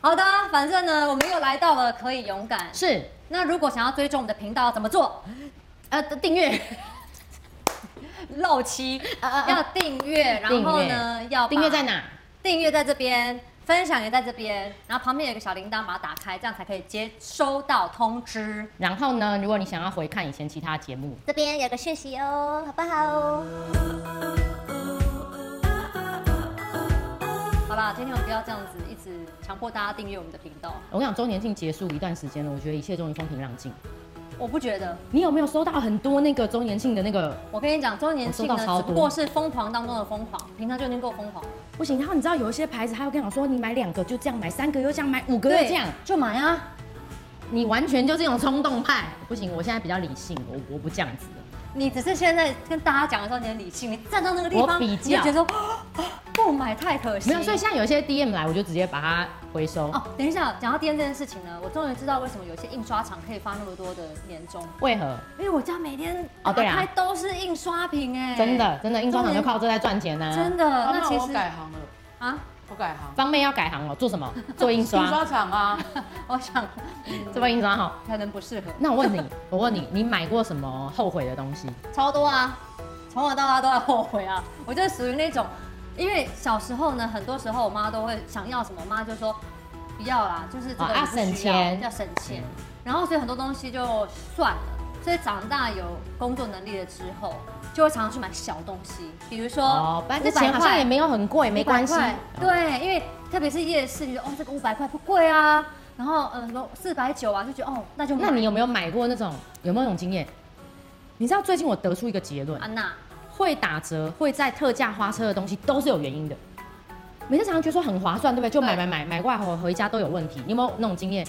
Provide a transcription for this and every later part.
好的，反正呢，我们又来到了可以勇敢。是，那如果想要追踪我们的频道，怎么做？呃，订 阅，漏七呃呃 呃要订阅，然后呢要把订阅在？哪？订阅在这边，分享也在这边，然后旁边有一个小铃铛，把它打开，这样才可以接收到通知。然后呢，如果你想要回看以前其他节目，这边有个讯息哦，好不好？好啦，今天我们不要这样子一直强迫大家订阅我们的频道，我想周年庆结束一段时间了，我觉得一切终于风平浪静。我不觉得。你有没有收到很多那个周年庆的那个？我跟你讲，周年庆呢我收到超，只多不过是疯狂当中的疯狂，平常就已经够疯狂了。不行，然后你知道有一些牌子，他会跟你讲说，你买两个就这样，买三个又这样，买五个又这样，就买啊！你完全就是一种冲动派。不行，我现在比较理性，我我不这样子了。你只是现在跟大家讲的时候，你很理性，你站到那个地方，我比你就较觉得说 啊不买太可惜。没有，所以现在有一些 DM 来，我就直接把它回收。哦，等一下，讲到 DM 这件事情呢，我终于知道为什么有些印刷厂可以发那么多的年终，为何？因为我家每天哦对打啊开都是印刷品哎、真的真的，印刷厂就靠这在赚钱终呐、于真的，呃那哦那其我实改行了，啊， 我改行，方妹要改行了，哦做什么？做 印印刷 刷，厂啊，我想嗯做印刷哈。 可能不适合，那我问你，我问你，你买过什么后悔的东西？超多啊，从小到大都在后悔啊， 我就是属于那种，因为小时候呢，很多时候我妈都会想要什么，我妈就说不要啦，就是这个哦啊不需要省钱要省钱，然后所以很多东西就算了，所以长大有工作能力了之后，就会常常去买小东西，比如说哦，反正这钱500好块像也没有很贵，没关系500。块对，因为特别是夜市，你觉得哦这个五百块不贵啊，然后呃什么四百九啊，就觉得哦那就买那你有没有买过那种？有没有那种经验？你知道最近我得出一个结论，安娜会打折、会在特价花车的东西都是有原因的。每次常常觉得说很划算，对不对？就买买买买过来回回家都有问题。你有没有那种经验？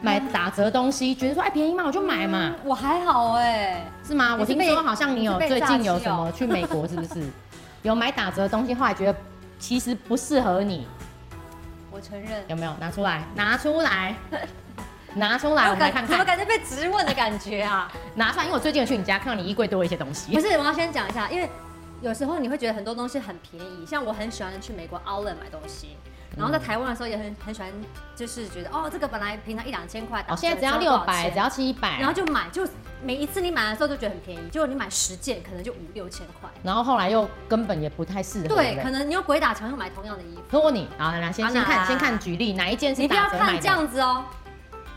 买嗯打折东西，觉得说哎便宜嘛，我就买嘛，嗯我还好哎、是吗？你我是听被说好像你有你是被最诈近有欺什哦么去美国，是不是？ 有买打折的东西，后来觉得其实不适合你，我承认。有没有？拿出来，拿出 来，拿出来，我们来看怎么看。感觉被质问的感觉 啊？拿出来，因为我最近有去你家，看到你衣柜多了一些东西。不是，我要先讲一下，因为有时候你会觉得很多东西很便宜，像我很喜欢去美国 Outlet 买东西，然后在台湾的时候也很很喜欢，就是觉得哦，这个本来平常一两千块，哦，现在只打要折六百，多少只钱要七百，然后就买，就每一次你买的时候都觉得很便宜，结果你买十件可能就五六千块，然后后来又根本也不太适合。不对，可能你又鬼打墙又买同样的衣服，如果你啊，来来先啊先哪看先看举例，哪一件是你不要打折买看这的？样子哦，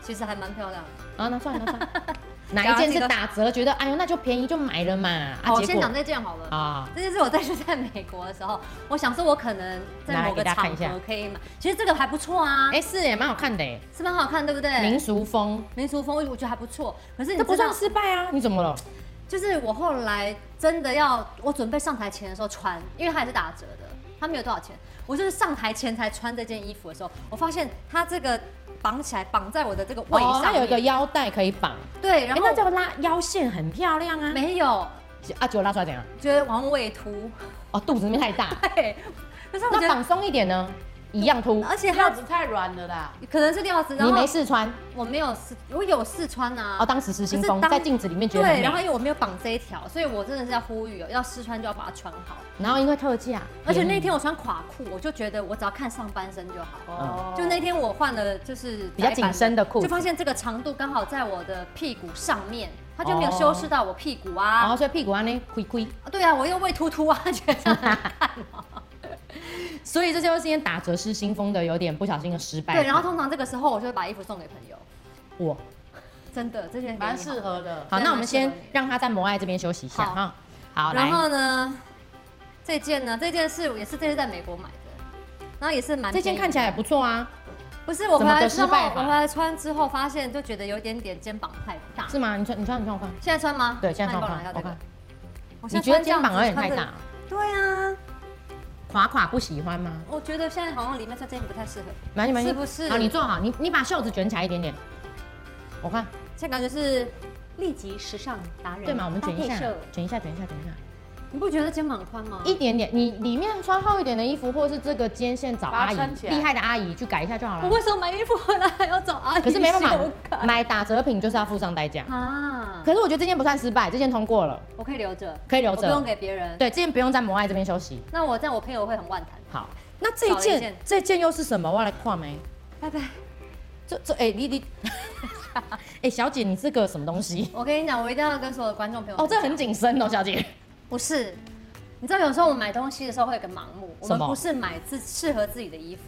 其实还蛮漂亮的。啊，那算了那算 了，哪一件是打折？觉得哎呦，那就便宜就买了嘛。好，啊，我结哦先果讲这件好了。啊，这就是我再去在美国的时候，我想说，我可能在拿来某个给大家场看一下合可以买。其实这个还不错啊，哎是也蛮好看的哎，是蛮好看，对不对？民俗风，民俗风，我觉得还不错。可是你这不知道算，失败啊？你怎么了？就是我后来真的要我准备上台前的时候穿，因为它也是打折的，它没有多少钱。我就是上台前才穿这件衣服的时候，我发现它这个绑起来绑在我的这个胃哦，上它面，有一个腰带可以绑，对，然哎，后那这个拉腰线很漂亮啊。没有，啊，结果拉出来怎样？觉得往胃凸，哦，肚子那边 太大，对，可是我觉得，那绑松一点呢，一样凸。而且料它子太软了啦，可能是料子，然你后没试穿我没有试，我有试穿啊。哦，当时失心可是疯，当在镜子里面觉得很对，美然后因为我没有绑这一条，所以我真的是要呼吁哦，要试穿就要把它穿好。然后因为特价，而且那便宜天我穿垮裤，我就觉得我只要看上半身就好。哦，嗯就那天我换了就是比较窄版紧身的裤子就发现这个长度刚好在我的屁股上面，它就没有修饰到我屁股然啊。哦后所以屁股安呢亏亏，对啊，我又胃突突啊，觉得这样很难看 哦。所以这就是今天打折失心疯的，有点不小心的失败。对，然后通常这个时候我就会把衣服送给朋友，我真的这件蛮适。合的。好，对那我们先蛮适合让他在摩爱这边休息一下好哈。好，然来，后呢，这件呢，这件是也是这是在美国买的，然后也是蛮这便件宜看起来也不错啊，不是我回怎么来个之失后，败我法回来穿之后发现就觉得有点点肩膀太大。是吗？你穿，你穿，你穿，我看。现在穿吗？对，现在那穿你我帮拿一下看，这我个看。。我现你在觉得穿这肩样子膀有点太大穿，这个？对啊，垮垮不喜欢吗？我觉得现在好像里面穿这件不太适合，没关系，没关系是不是好，你坐好，你你把袖子卷起来一点点，我看，现在感觉是立即时尚达人对嘛？我们搭卷一配下秀，卷一下，卷一下，卷一下，你不觉得肩膀宽吗？一点点。你里面穿厚一点的衣服，或是这个肩线找把它阿姨撑起来厉害的阿姨去改一下就好我了。为什么买衣服回来 还要啊找阿姨？可是没办法，嗯买打折品就是要付上代价。啊，可是我觉得这件不算失败，这件通过了，我可以留着，可以留我不用着。给别人。对，这件不用在摩爱这边休息。那我这样我朋友会很万谈。好，那这一少了一件件这件又是什么？我来看没？拜拜。这这哎，你 你，哎，小姐，你这个什么东西？我跟你讲，我一定要跟所有的观众朋友哦，这很紧，紧身哦，小姐。不是。你知道有时候我们买东西的时候会有个盲目，我什们么不是买自适合自己的衣服，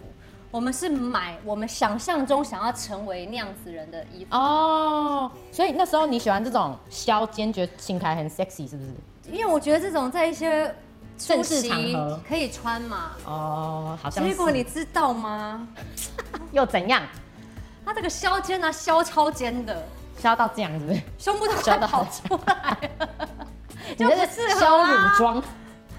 我们是买我们想象中想要成为那样子人的衣服。哦，所以那时候你喜欢这种削尖，觉得性开很 sexy 是不是？因为我觉得这种在一些正出式席场合可以穿嘛。哦，好像是。结果你知道吗？又怎样？它这个削肩啊，削超尖的，削到这样 是不是？胸部都削快到跑出来了，就不你这是适合削啊乳装。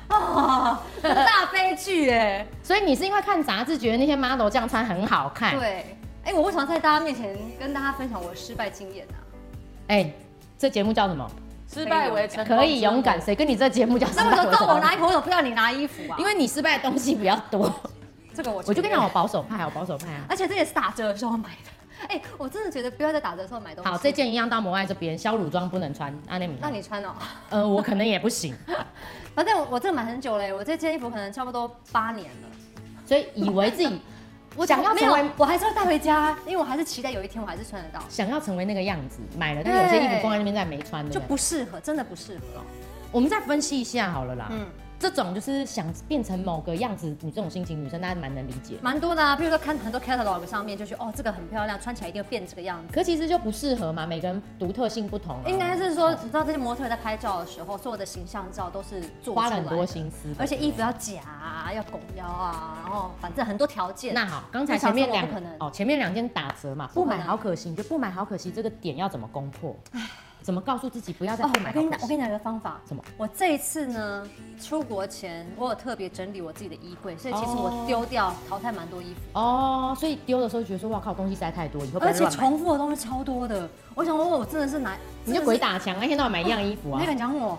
啊，很大悲剧哎。所以你是因为看杂志觉得那些 model 这样穿很好看？，对，哎，我为什么要在大家面前跟大家分享我的失败经验 啊？哎、这节目叫什么？失败为成功可以勇敢，之母。谁跟你这节目叫什那么？为什么知道我拿衣服，我怎么不让你拿衣服啊？因为你失败的东西比较多。这个我 我就跟你讲，我我，保守派，我保守派啊。而且这也是打折的时候买的。 哎，我真的觉得不要在打折的时候买东西。好，这件一样到国外这边，消乳装不能穿，啊阿内米。让你穿哦。呃，我可能也 不行，反正我我这个买很久嘞，我这件衣服可能差不多八年了。所以以为自己 我想要没成为有，我还是会带回家，因为我还是期待有一天我还是穿得到，想要成为那个样子，买了，但有些衣服对放在那边再没穿，就对不对？不适合，真的不适合。哦我们再分析一下好了啦。嗯，这种就是想变成某个样子，你这种心情，女生大家蛮能理解。蛮多的啊，比如说看很多 catalog 上面，就觉得哦这个很漂亮，穿起来一定会变这个样子。可其实就不适合嘛，每个人独特性不同啊、应该是说，你知道这些模特在拍照的时候，所有的形象照都是做出花来了的很多，心思的，而且衣服要夹啊、要拱腰啊，然后反正很多条件。那好，刚才前面两日常生活不可能哦，前面两件打折嘛，不不可能买好可惜，你就不买好可惜，这个点要怎么攻破？怎么告诉自己不要再哦不，我买好跟你可讲，我惜？跟你讲一个方法。什么？我这一次呢，出国前我有特别整理我自己的衣柜，所以其实哦我丢掉、淘汰蛮多衣服。哦，所以丢的时候就觉得说，哇靠，东西实在太多，以后不而要且乱买，重复的东西超多的，我想问，我真的是哪？你就鬼打墙，一天到晚买一样衣真服的是！啊没。敢讲 我，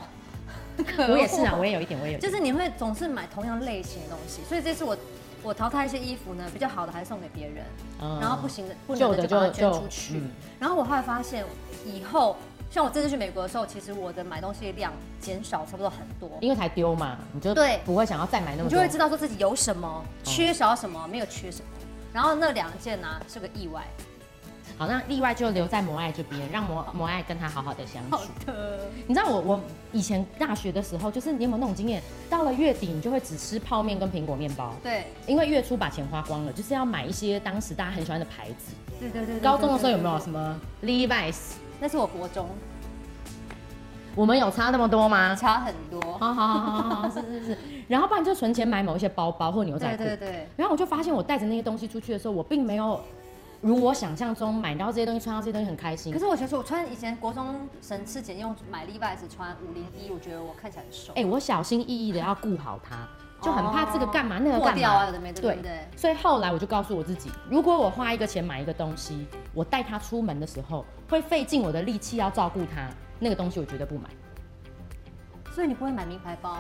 我也是啊，我也有一点，我也有一就点。是你会总是买同样类型的东西，所以这次我我淘汰一些衣服呢，比较好的还送给别人，嗯然后不行的不旧能的的就把就它捐出去。嗯然后我后来发现，以后像我这次去美国的时候，其实我的买东西的量减少差不多很多，因为才丢嘛，你就对不会想要再买那你么就多哦会。知道说自己有什么，缺少什么，没有缺什么。然后那两件呢、是个意外。好，那例外就留在摩爱这边，让摩摩爱跟他 好好的相处好。的，你知道我我以前大学的时候，就是你有没有那种经验？到了月底，你就会只吃泡面跟苹果面包，对因为月初把钱花光了，就是要买一些当时大家很喜欢的牌子。对对对对。高中的时候有没有对？对什么 Levi's？对那是我国中，我们有差那么多吗？差很多。好好好好好好，是是是。然后不然就存钱买某一些包包或牛仔对裤。对对，然后我就发现，我带着那些东西出去的时候，我并没有如我想象中买到这些东西，穿到这些东西很开心可。是我觉得说我穿以前国中省吃俭用买 Levi's 穿五零一，我觉得我看起来很瘦。哎、我小心翼翼的要顾好它，就很怕这个干嘛、那个破干掉嘛啊，有。的没的，对对不对？所以后来我就告诉我自己，如果我花一个钱买一个东西，我带它出门的时候会费尽我的力气要照顾它，那个东西我绝对不买。所以你不会买名牌包，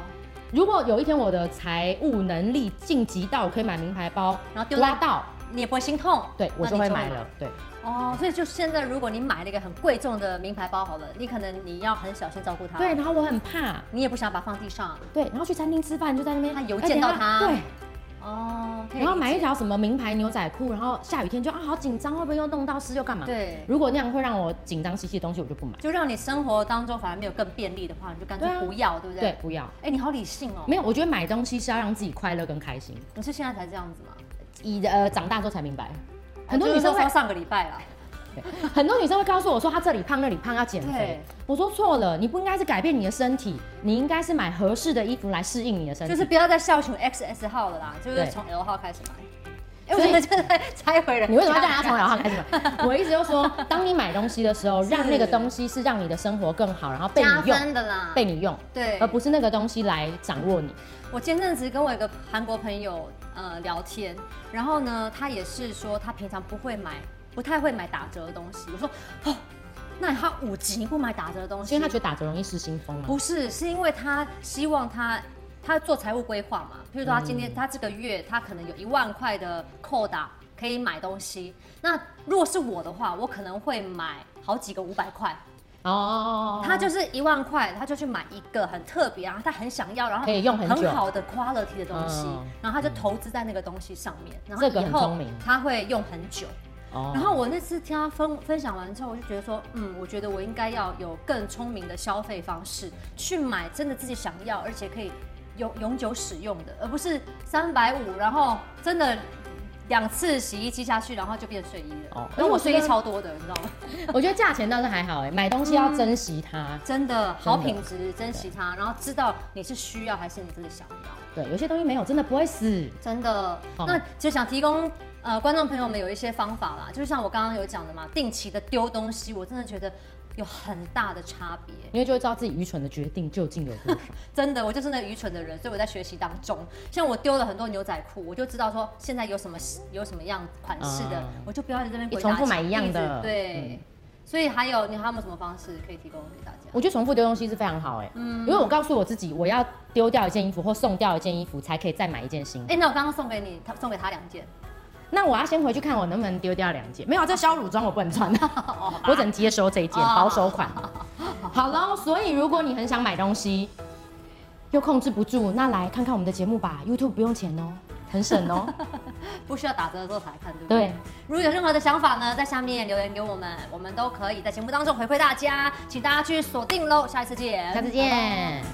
如果有一天我的财务能力晋级到我可以买名牌包，然后丢拉到到，你也不会心痛，对我那就你会买了。对，哦，所以就现在，如果你买了一个很贵重的名牌包，好了，你可能你要很小心照顾它，对，，然后我很怕，你也不想把它放地上，对，然后去餐厅吃饭就在那边它邮哎件等一下到它对，哦，可以然后买一理解，条什么名牌牛仔裤，然后下雨天就啊好紧张，会不会又弄到湿又干嘛？，对，如果那样会让我紧张兮兮的东西，我就不买。就让你生活当中反而没有更便利的话，你就干脆对啊不要，对不对？对，，不要。哎，你好理性哦，没有，我觉得买东西是要让自己快乐跟开心。你是现在才这样子吗？以呃长大之后才明白，很多女生就是会说，上个礼拜啦，很多女生会告诉我说她这里胖那里胖要减肥对，我说错了，你不应该是改变你的身体，你应该是买合适的衣服来适应你的身体。就是不要再笑群 XS 号了啦，就是嗯对从 L 号开始买。哎、我所真以的就在拆毁人家。你为什么要叫她从小号开始买？ 我一直就说，当你买东西的时候，让那个东西是让你的生活更好，然后被加你用，分的啦？被你用，对而，不是那个东西来掌握你。我前阵子跟我一个韩国朋友呃聊天，然后呢，他也是说他平常不会买，不太会买打折的东西。我说哦，那他五级不买打折的东西，因为她觉得打折容易失心疯嘛。不是，是因为他希望他他做财务规划嘛，譬如说他今天、他这个月他可能有一万块的扣打可以买东西，那如果是我的话，我可能会买好几个五百块。哦，他就是一万块，他就去买一个很特别，然后他很想要，然后可以用很久很好的 quality 的东西嗯，然后他就投资在那个东西上面，然后这个以很后聪明他会用很久。哦然后我那次听他分分享完之后，我就觉得说，嗯，我觉得我应该要有更聪明的消费方式，去买真的自己想要，而且可以永永久使用的，而不是三百五，然后真的两次洗衣机下去，然后就变睡衣了。哦哦，而我我觉睡得衣超多的，你知道吗？我觉得价钱倒是还好哎，买东西要珍惜它。真的的好品质，珍惜它，然后知道你是需要还是你真的想要，对，有些东西没有真的不会死。真的。好那就想提供呃观众朋友们有一些方法啦，就像我刚刚有讲的嘛，定期的丢东西，我真的觉得有很大的差别。因为就会知道自己愚蠢的决定究竟有多 少。真的，我就是那个愚蠢的人，所以我在学习当中，像我丢了很多牛仔裤，我就知道说现在有什么有什么样款式的，嗯我就不要在这边你鬼打重复买墙一样的壁纸对。嗯所以还有你还有没有什么方式可以提供给大家？我觉得重复丢东西是非常好哎，嗯因为我告诉我自己，我要丢掉一件衣服或送掉一件衣服，才可以再买一件新的哎、。那我刚刚送给你，他送给他两件，那我要先回去看我能不能丢掉两件。没有，这消乳装我不能穿，我只能接收这一件哦保守款。好喽，所以如果你很想买东西，又控制不住，那来看看我们的节目吧，YouTube 不用钱哦，很省哦。不需要打折的时候才看，对不对？对，如果有任何的想法呢，在下面留言给我们，我们都可以在节目当中回馈大家，请大家去锁定喽，下一次见，下次见。